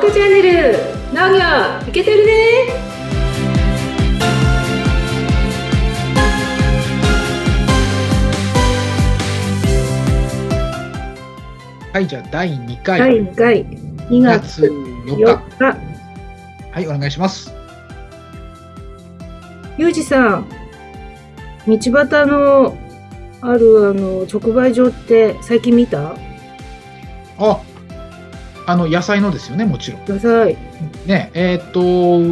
クチャンネル農業いけてるねはい、じゃあ第2回、第2回2 2月月4 4日。日はい、お願いします。ゆうじさん道端のあるあの直売所って最近見たあ、あの、野菜のですよね、もちろん。野菜ね、えーっ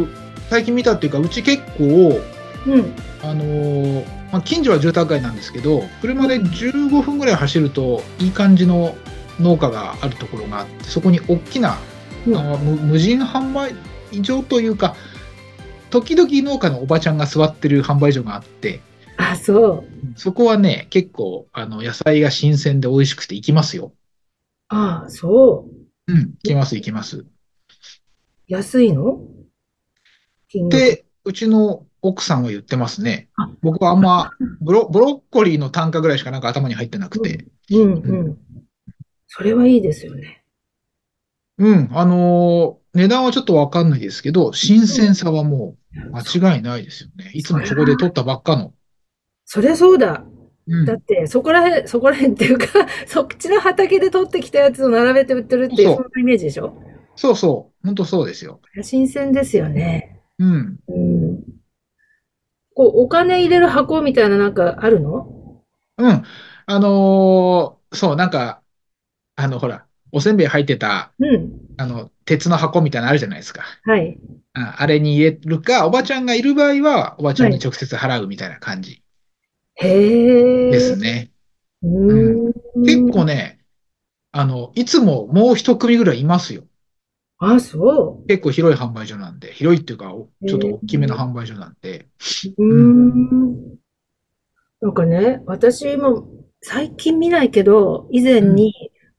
と、最近見たっていうか、うち結構、うんあのーまあ、近所は住宅街なんですけど、車で15分ぐらい走ると、いい感じの農家があるところがあって、そこに大きな、うんあ無無人販売所というか、時々農家のおばちゃんが座ってる販売所があって、あそうそこはね、結構、あの、野菜が新鮮で美味しくて行きますよ。あそううん、行きます、行きます。安いの金額で、うちの奥さんは言ってますねあ。僕はあんまブロ、ブ ロッコリーの単価ぐらいしかなんか頭に入ってなくて。うんうんそれはいいですよねうん、あのー値段はちょっとわかんないですけど、新鮮さはもう間違いないですよね。いつもそこで取ったばっかの。そりゃそうだうんだって、そこらへん、そこらへんっていうか、そっちの畑で取ってきたやつを並べて売ってるっていう、そうそんなイメージでしょそうそう、ほんとそうですよ。新鮮ですよね。うん。うん。こう、お金入れる箱みたいななんかあるのうん。あのーそう、なんか、あの、ほら、おせんべい入ってた、うん。あの、鉄の箱みたいなのあるじゃないですか。はい。ああれに入れるか、おばちゃんがいる場合は、おばちゃんに直接払うみたいな感じへえ。です。ね。うーん。結構ね、あの、いつももう一組ぐらいいますよ。あ、そ結構広い販売所なんで、広いっていうか、おへーちょっと大きめの販売所なんで。う。うーん。なんかね、私も最近見ないけど、以前に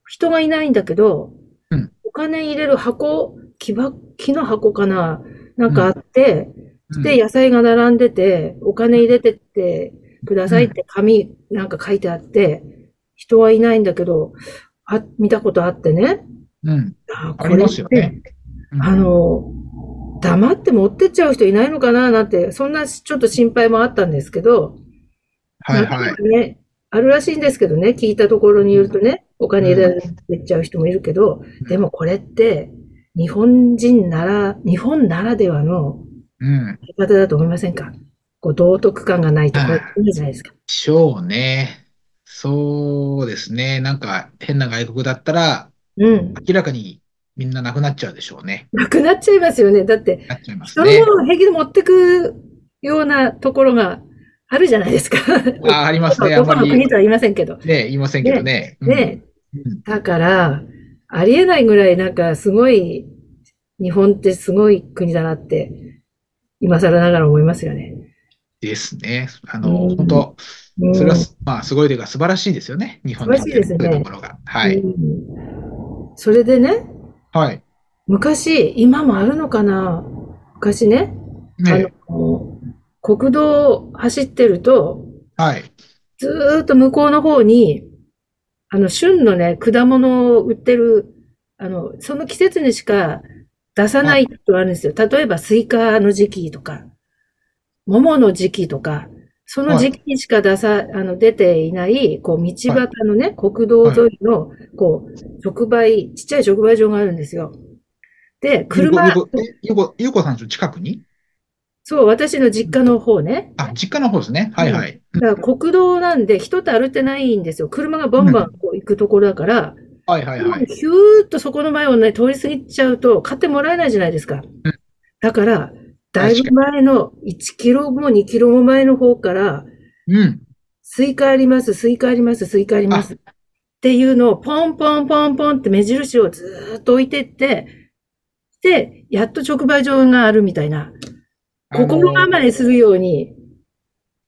人がいないんだけどうん、お金入れる箱、木ば、木の箱かななんかあって、うんで、野菜が並んでて、お金入れてってくださいって紙なんか書いてあって、人はいないんだけど、あ、見たことあってね。うん。あ、ありますよね。うんあの、黙って持ってっちゃう人いないのかななんて、そんなちょっと心配もあったんですけど、はいなんはい。かね、あるらしいんですけどね、聞いたところによるとね、お金入れてっちゃう人もいるけど、うんでもこれって、日本人なら、日本ならではの、うん。言い方だと思いませんかこう道徳感がないとかいいじゃないですか。しょうね。そうですね。なんか、変な外国だったら、うん。明らかにみんななくなっちゃうでしょうね。なくなっちゃいますよね。だって、なっちゃいます人のねも。のを平気で持ってくようなところがあるじゃないですか。あー、ありますね。あどんこまのり。国とは言いませんけど。ね、言いませんけどね。うんねうんだから、ありえないぐらいなんかすごい、日本ってすごい国だなって、今更ながら思いますよね。ですね。あうの、ん本当、うんそれはす、まあ、すごいというか、素晴らしいですよね。日本の素晴らしいですねそういうところが。はい。うんそれでね、はい。昔、今もあるのかな昔ね、ね、あの、国道を走ってると、はい。ずーっと向こうの方に、あの、旬のね、果物を売ってる、あの、その季節にしか出さないとあるんですよ。例えば、スイカの時期とか、桃の時期とか、その時期にしか出さ、あの、出ていない、こう、道端のね、国道沿いの、こう、直売、ちっちゃい直売所があるんですよ。で、車、ゆうこ、ゆうこ、ゆうこさんの近くにそう、私の実家の方ね。あ、実家の方ですね。はいはい。だから国道なんで人って歩いてないんですよ。車がバンバンこう行くところだから、はいはいはい。ヒューッとそこの前をね、通り過ぎちゃうと買ってもらえないじゃないですかうん。だから、だいぶ前の1キロも2キロも前の方から、うん。スイカあります、スイカあります、スイカありますっていうのをポンポンポンポンって目印をずーっと置いてって、で、やっと直売所があるみたいな、心あの構えするように、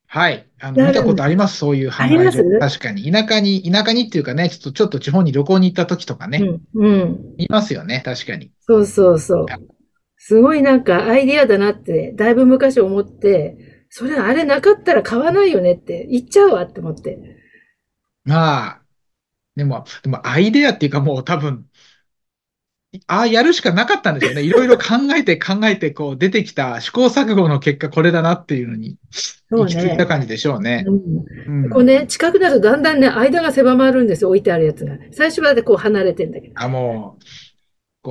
はい。あの、見たことあります。そういう販あ売ります所。確かに。田舎に、田舎にっていうかね、ちょっと、ちょっと地方に旅行に行った時とかね。うん、うん。いますよね。確かに。そうそうそうはい。すごいなんかアイディアだなって、だいぶ昔思って、それあれなかったら買わないよねって、言っちゃうわって思って。まあ、でも、でもアイデアっていうかもう多分、ああ、やるしかなかったんですよね。いろいろ考えて 考えて、こう出てきた試行錯誤の結果、これだなっていうのに、そう行き着いたね。感じでしょうね。うんうんこうね、近くなるとだんだんね、間が狭まるんですよ、置いてあるやつが。最初はでこう離れてんだけど。あ、もう、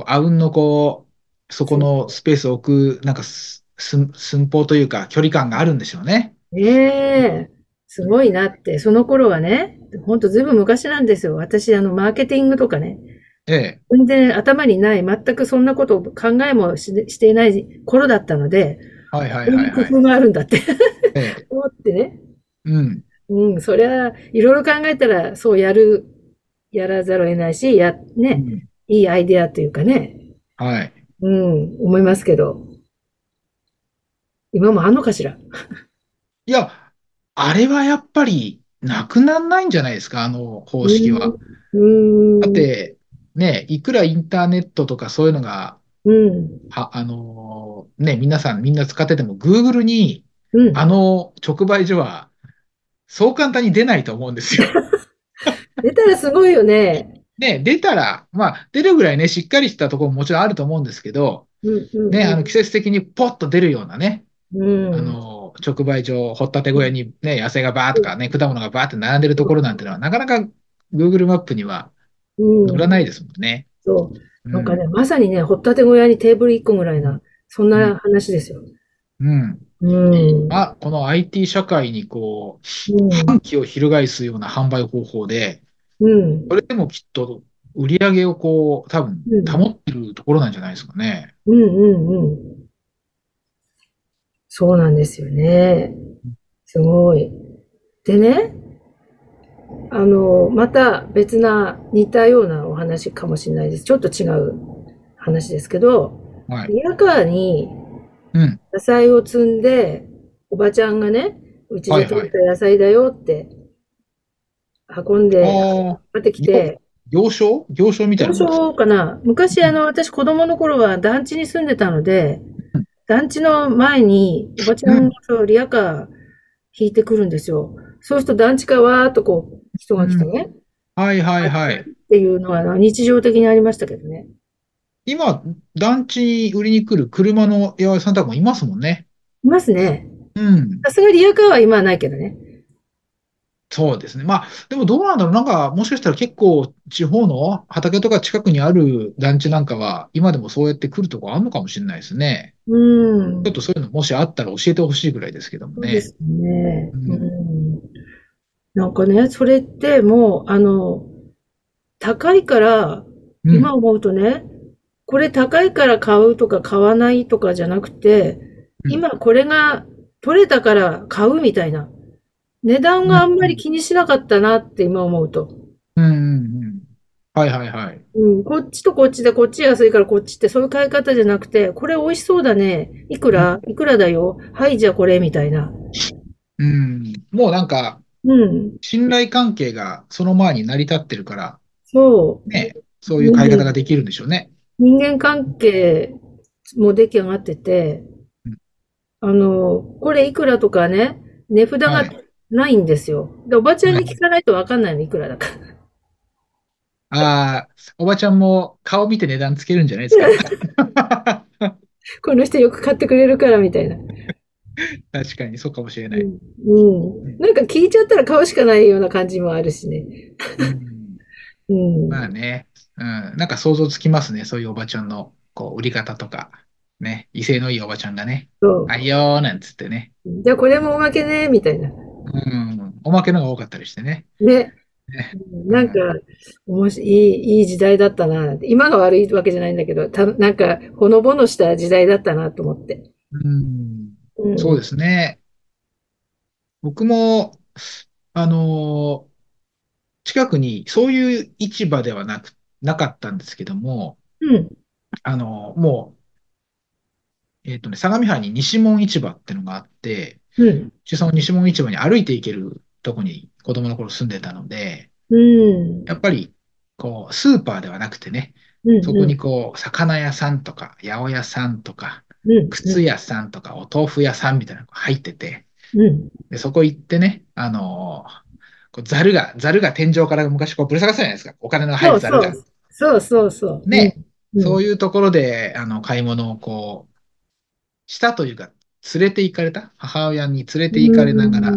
こう、あうんのこう、そこのスペースを置く、なんかす、寸寸法というか、距離感があるんでしょうね。ねえ、すごいなって、その頃はね、ほんとずいぶん昔なんですよ。私、あの、マーケティングとかね、ええ。全然頭にない、全くそんなことを考えもししていない頃だったので、はいはいこうはいいう工はい。夫があるんだって ええ。思ってね。うん。うん、そりゃ、いろいろ考えたら、そうやる、やらざるを得ないし、や、うね、んいいアイデアというかね、はい。うん、思いますけど。今もあんのかしら。いや、あれはやっぱり、なくなんないんじゃないですか、あの方式は。うん。だって、ね、いくらインターネットとかそういうのが、うん、は、あのーね、皆さんみんな使ってても、Google に、うん。あの直売所は、そう簡単に出ないと思うんです よ。出たらすごいよね。ね、出たら、まあ、出るぐらいね、しっかりしたところももちろんあると思うんですけど、うんうんね、あの、季節的にポッと出るようなね、うん、あの、直売所、掘ったて小屋にね、野菜がバーとかね、果物がバーって並んでるところなんてのは、なかなか Google マップにはうん、乗らないですもんね。そう。うなんかね、まさにね、掘ったて小屋にテーブル1個ぐらいな、そんな話ですよ。うん。うん。まあ、この IT 社会にこう、うん。反旗を翻すような販売方法で、うん。これでもきっと売り上げをこう、多分うん保ってるところなんじゃないですかね。うん。うん。うん。そうなんですよね。すごい。でね、あの、また別な似たようなお話かもしれないです。ちょっと違う話ですけど、はい。リヤカーにうん。野菜を積んで、おばちゃんがね、うちで取った野菜だよって、運んで、ああ、買ってきて、行商行商みたいどうなしようかな。昔、あの、私子供の頃は団地に住んでたのでうん、団地の前に、おばちゃうんんがそうリヤカー引いてくるんですよ。そうすると団地からわーっとこう、人が来てね、っはいはいはい。ていうのはあの日常的にありましたけどね。今、団地に売りに来る車の八百屋さんとかもいますもんね。いますね。うん。さすがリヤカーは今はないけどね。そうですね。まあ、でもどうなんだろう。なんか、もしかしたら結構地方の畑とか近くにある団地なんかは、今でもそうやって来るとこあるのかもしれないですね。うんちょ。っとそういうのもしあったら教えてほしいぐらいですけどもそうでね。すね。うんうん。なんかね、それってもう、あの、高いから、うん。今思うとね、これ高いから買うとか買わないとかじゃなくて、うん今これが取れたから買うみたいな。値段があんまり気にしなかったなって今思うと。うんうんうん。はいはいはい。うん、こっちとこっちで、こっち安いからこっちって、そういう買い方じゃなくて、これ美味しそうだね。いくらいくらだよ。はい、じゃあこれ、みたいな。うん。もうなんか、うん。信頼関係がその前に成り立ってるから、そう。ね、そういう買い方ができるんでしょうね。人間関係も出来上がっててうん、あの、これいくらとかね、値札はがい。ないんですよ。で、おばちゃんに聞かないとわかんないの、いくらだか。 ああ、おばちゃんも顔見て値段つけるんじゃないです か。この人よく買ってくれるから、みたいな。確かに、そうかもしれうない。ん。うん。なんか聞いちゃったら買うしかないような感じもあるしね。うんうん。まあね、うん、なんか想像つきますね、そういうおばちゃんのこう売り方とか、ね、威勢のいいおばちゃんがね、そう。あいよーなんつってね、じゃあこれもおまけね、みたいな。うん、おまけのが多かったりしてね。ねね。うんなんか、おもし、いい、いい時代だったな、なんて。今が悪いわけじゃないんだけど、た、なんか、ほのぼのした時代だったなと思って。うん、うん。そうですね。僕も、あのー近くにそういう市場ではなく、なかったんですけども、うん。あのーもう、えっとね、相模原に西門市場ってのがあって、うん。うちその西門市場に歩いて行けるとこに子供の頃住んでたので、うん。やっぱりこうスーパーではなくてね、うん。そこにこう魚屋さんとか八百屋さんとかうん、靴屋さんとかお豆腐屋さんみたいなのが入ってて、うん。でそこ行ってね、あのーこうザルが、ザルが天井から昔こうぶら下がってたじゃないですか。お金の入そるうザルそが。う。そうそうそう。ねそういうところで、あの、買い物をこう、したというか、連れて行かれた母親に連れて行かれながら、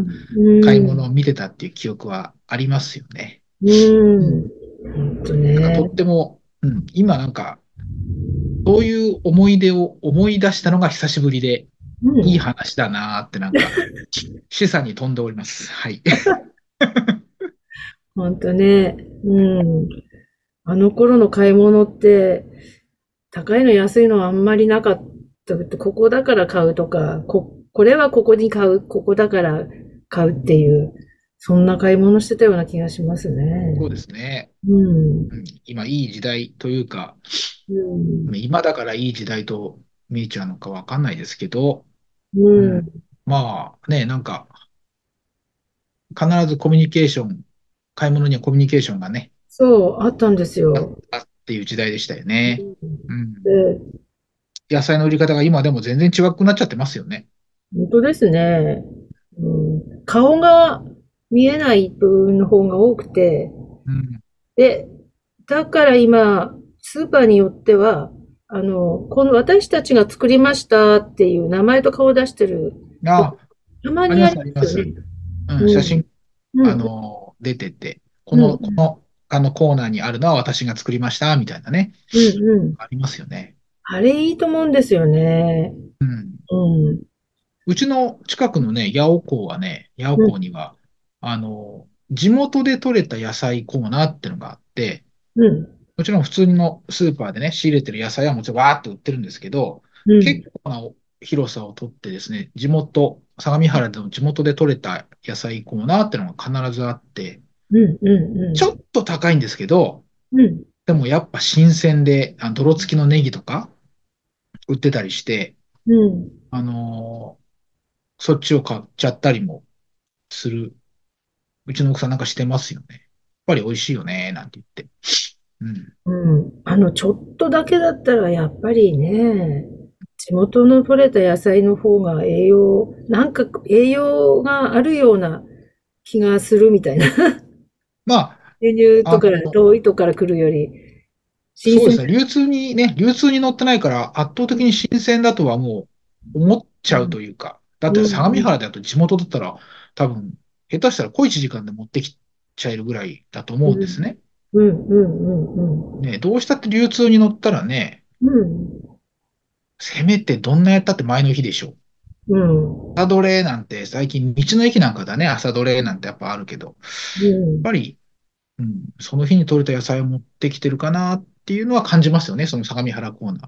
買い物を見てたっていう記憶はありますよね。うん。本当なんかとねっ。ても、うん、今なんか、そういう思い出を思い出したのが久しぶりで、うんいい話だなーってなんか、 示唆に飛んでおります。 はい。本当ね。うん。あの頃の買い物って、高いの安いのはあんまりなかったって、ここだから買うとか、こ、これはここに買う、ここだから買うっていう、そんな買い物してたような気がしますねそ。うですね。うん。うん、今いい時代というか、うん。今だからいい時代と見えちゃうのかわかんないですけど、うん。まあね、なんか、必ずコミュニケーション、買い物にはコミュニケーションがね、そう、あったんですよ。あっていう時代でしたよね。うん。で、野菜の売り方が今でも全然違くなっちゃってますよね。本当ですね。うん。顔が見えない分の方が多くて、うん。で、だから今、スーパーによっては、あの、この私たちが作りましたっていう名前と顔を出してる、あ、たまあにりあまりす、ありまますす。よね。ううんん、写真、うんあの、出てて、この、うんこの、あのコーナーにあるのは私が作りました、みたいなね、うんうん。ありますよね。あれいいと思うんですよね。うん。うん。うちの近くのね、八尾港はね、八尾港には、あの、地元で採れた野菜コーナーってのがあって、うん。もちろん普通のスーパーでね、仕入れてる野菜はもちろんわーって売ってるんですけど、うん。結構な広さをとってですね、地元、相模原での地元で採れた野菜コーナーってのが必ずあって、うんうんうん。ちょっと高いんですけど、うん。でもやっぱ新鮮で、あの泥付きのネギとか売ってたりして、うん。あのーそっちを買っちゃったりもする。うちの奥さんなんかしてますよね。やっぱり美味しいよね、なんて言って。うん。うん。あの、ちょっとだけだったら、やっぱりね、地元の採れた野菜の方が栄養、なんか栄養があるような気がするみたいな。 まあ、輸入とかあの遠いとこから来るより、新そうです鮮。ね。流通にね、流通に乗ってないから圧倒的に新鮮だとはもう思っちゃうというか。だって相模原だと地元だったら多分、下手したら小一時間で持ってきちゃえるぐらいだと思うんですね。うんうんうんね、どうしたって流通に乗ったらね、うん。せめてどんなやったって前の日でしょう。うん。うん。朝どれなんて最近道の駅なんかだね、朝どれなんてやっぱあるけど、やっぱり、うん、その日に採れた野菜を持ってきてるかなっていうのは感じますよね、その相模原コーナ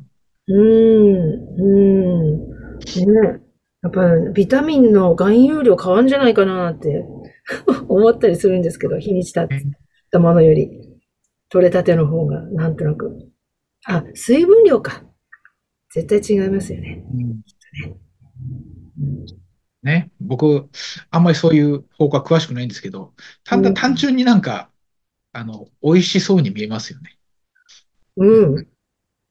うー。ん。うん。ね。やっぱビタミンの含有量変わんじゃないかなって 思ったりするんですけど、日にち経ったものより、取れたての方がなんとなく。あ、水分量か。絶対違いますよね。うんね、僕、あんまりそういう方向は詳しくないんですけど、単うだん単純になんか、あの、美味しそうに見えますよね。うん。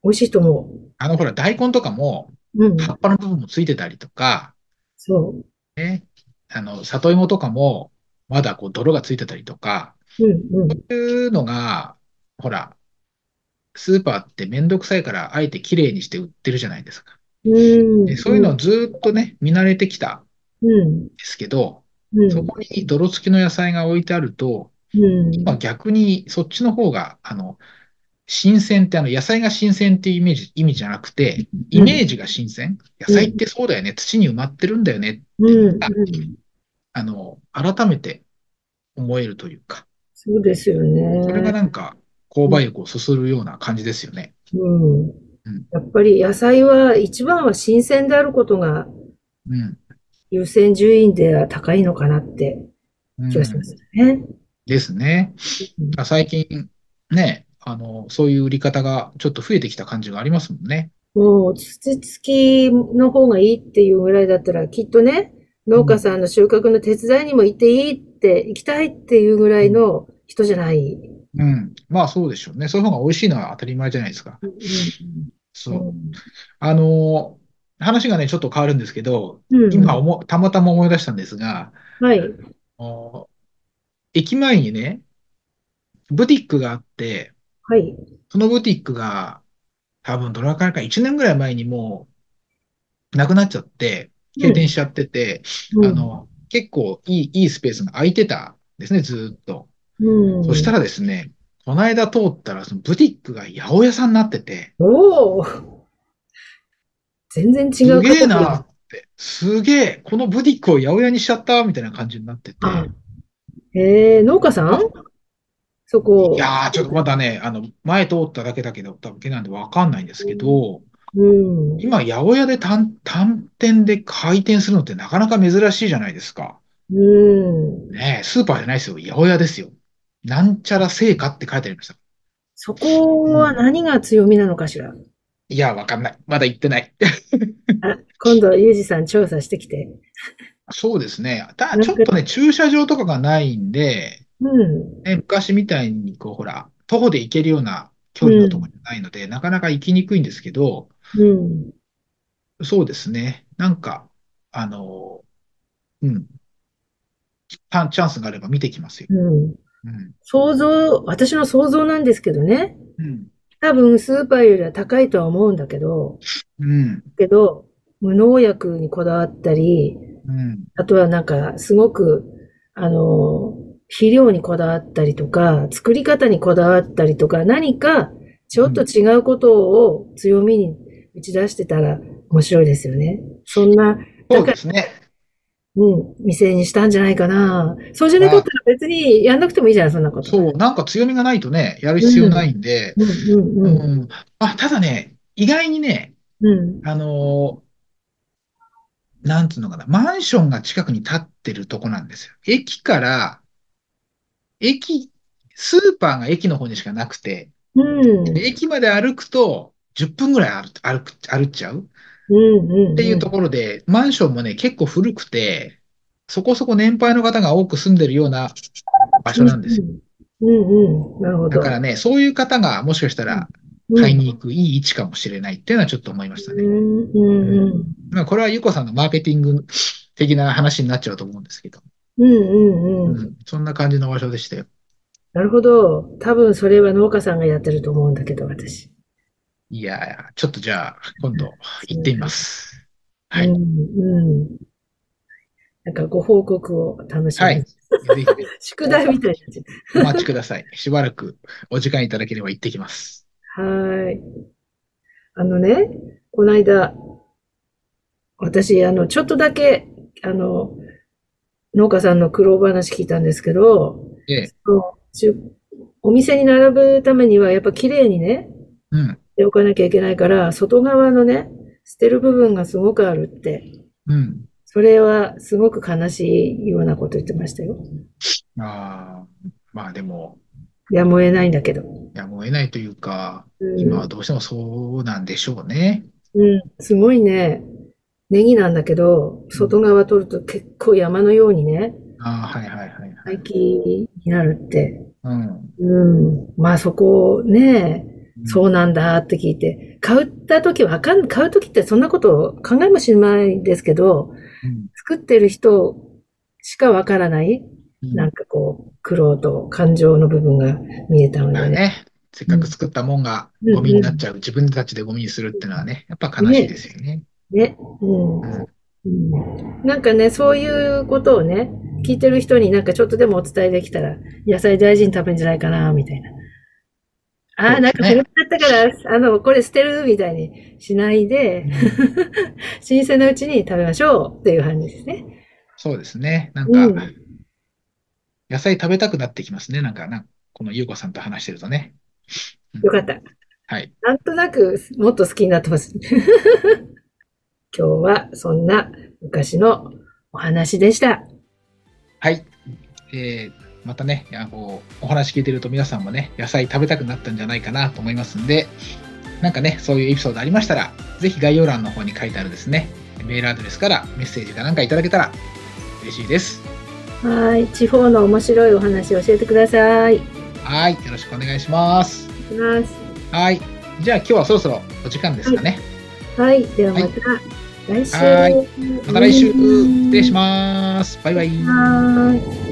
美味しいと思あの、ほら、大根とかも、う。うん。葉っぱの部分もついてたりとか、そね、あの、里芋とかも、まだこう、泥がついてたりとか、う。うんうん。そういうのが、ほら、スーパーってめんどくさいから、あえて綺麗にして売ってるじゃないですか。うん、でそういうのをずっとね、見慣れてきたんうん、ですけど、うん、そこに泥付きの野菜が置いてあると、うん、まあ、逆にそっちの方が、あの、新鮮って、あの、野菜が新鮮っていうイメージ、意味じゃなくて、イメージが新鮮。野菜ってそうだよね。土に埋まってるんだよね。うん、うん、あの、改めて思えるというか、そうですよね。それがなんか、購買欲をそそるような感じですよね。うんん。やっぱり野菜は一番は新鮮であることがうん。優先順位では高いのかなってうん気がしますね。ですねうん。あ最近、ね、あの、そういう売り方がちょっと増えてきた感じがありますもんね。もう土付きの方がいいっていうぐらいだったらきっとね、農家さんの収穫の手伝いにも行っていいって、行きたいっていうぐらいの人じゃない。うん。まあそうでしょうね。そういう方が美味しいのは当たり前じゃないですか。うんそう。あの、話がね、ちょっと変わるんですけど、うん、今思、たまたま思い出したんですが、はい。あの駅前にね、ブティックがあって、はい。そのブティックが、多分ドラカンか1年ぐらい前にもう、なくなっちゃって、閉店しちゃってて、うんあの、結構いい、いいスペースが空いてたんですね、ずーっと。うん。そしたらですね、この間通ったら、そのブティックが八百屋さんになってて、おお 全然違すうげえ形なだって、すげえ、このブティックを八百屋にしちゃったみたいな感じになってて、あえー、農家さんそこ。いやー、ちょっとまだね、あの、前通っただけだけど、多分けなんでわかんないんですけど、うん。今、八百屋で単、単店で開店するのってなかなか珍しいじゃないですか。うん。ねえ、スーパーじゃないですよ。八百屋ですよ。なんちゃら成果って書いてありました。そこは何が強みなのかしら。いや、わかんない。まだ行ってない。あ、今度、ユージさん調査してきて。そうですね。たなんだ、かちょっとね、駐車場とかがないんで、うん。ね、昔みたいに、こう、ほら、徒歩で行けるような距離のところじゃないので、なかなか行きにくいんですけど、うん。そうですね。なんか、あの、うん。たチャンスがあれば見てきますよ。うん。うん。想像、私の想像なんですけどね。うん。多分、スーパーよりは高いとは思うんだけど、うん。けど、無農薬にこだわったり、うん。あとはなんか、すごく、あの、肥料にこだわったりとか、作り方にこだわったりとか、何かちょっと違うことを強みに打ち出してたら面白いですよね。そんな、そうですね。うん、店にしたんじゃないかな。そうじゃなかったら別にやんなくてもいいじゃん、そんなこと。そう、なんか強みがないとね、やる必要ないんで、うん、ううん、うん。ん。あ、ただね、意外にね、うん。あのーなんつうのかな、マンションが近くに建ってるとこなんですよ。駅から、駅、スーパーが駅の方にしかなくて、うん、で駅まで歩くと10分ぐらい歩歩く歩っちゃううん、うん。っていうところで、マンションもね、結構古くて、そこそこ年配の方が多く住んでるような場所なんですよ。うん、うん、うん。なるほだど。からね、そういう方がもしかしたらうん買いに行くいい位置かもしれないっていうのはちょっと思いましたうね。ん、うん、うん。まあ、これはゆこさんのマーケティング的な話になっちゃうと思うんですけど、うん、うん、ううん。ん、そんな感じの場所でしたよ。なるほど。多分それは農家さんがやってると思うんだけど、私。いやー、ちょっとじゃあ、今度行ってみます。はうい。ん、うん。なんかご報告を楽しみに。はい。ぜひぜ宿題みたいになっちひお待ちください。 しばらくお時間いただければ行ってきます。ゃう。はーい。あのね、この間、私、あの、ちょっとだけ、あの、農家さんの苦労話聞いたんですけど、ええ。そのちお店に並ぶためには、やっぱ綺麗にね、うん。しておかなきゃいけないから、外側のね、捨てる部分がすごくあるって。うん。それはすごく悲しいようなこと言ってましたよ。あーまあでも、やむを得ないんだけど。やむを得ないというか、うん、今はどうしてもそうなんでしょうね。うん、すごいね。ネギなんだけど、外側取ると結構山のようにね、ああ、はいはいはいはい。廃棄になるって。うん。うん。まあそこをね、うそうなんだって聞いて、買った時わかん、買う時ってそんなこと考えもしないんですけど、ん。作ってる人しかわからない、うんなんかこう、苦労と感情の部分が見えたのまあでね。ね、せっかく作ったもんがうんゴミになっちゃう、自分たちでゴミにするってのはね、やっぱ悲しいですよね。ね、うん、うんうんなんかね、そういうことをね、聞いてる人になんかちょっとでもお伝えできたら、野菜大事に食べるんじゃないかな、みたいな。ああ、そうなんでかすねこれだったから、あの、これ捨てるみたいにしないで、 新鮮なうちに食べましょうっていう感じですね。そうですね。なんうんか、野菜食べたくなってきますね。なんか、なんかこのゆうこさんと話してるとね。よかった。はい。なんとなく、もっと好きになってます。 今日はそんな昔のお話でした。はい。えーまたね、あの、お話聞いてると皆さんもね、野菜食べたくなったんじゃないかなと思いますんで、なんかね、そういうエピソードありましたら、ぜひ概要欄の方に書いてあるですね、メールアドレスからメッセージかなんかいただけたら嬉しいです。はい。地方の面白いお話教えてください。いはい。よろしくお願いします。きます。はい。じゃあ今日はそろそろお時間ですかね。はい、ではまた、来週。はいまた来週、失礼しまます。バイバイ。す。はーい。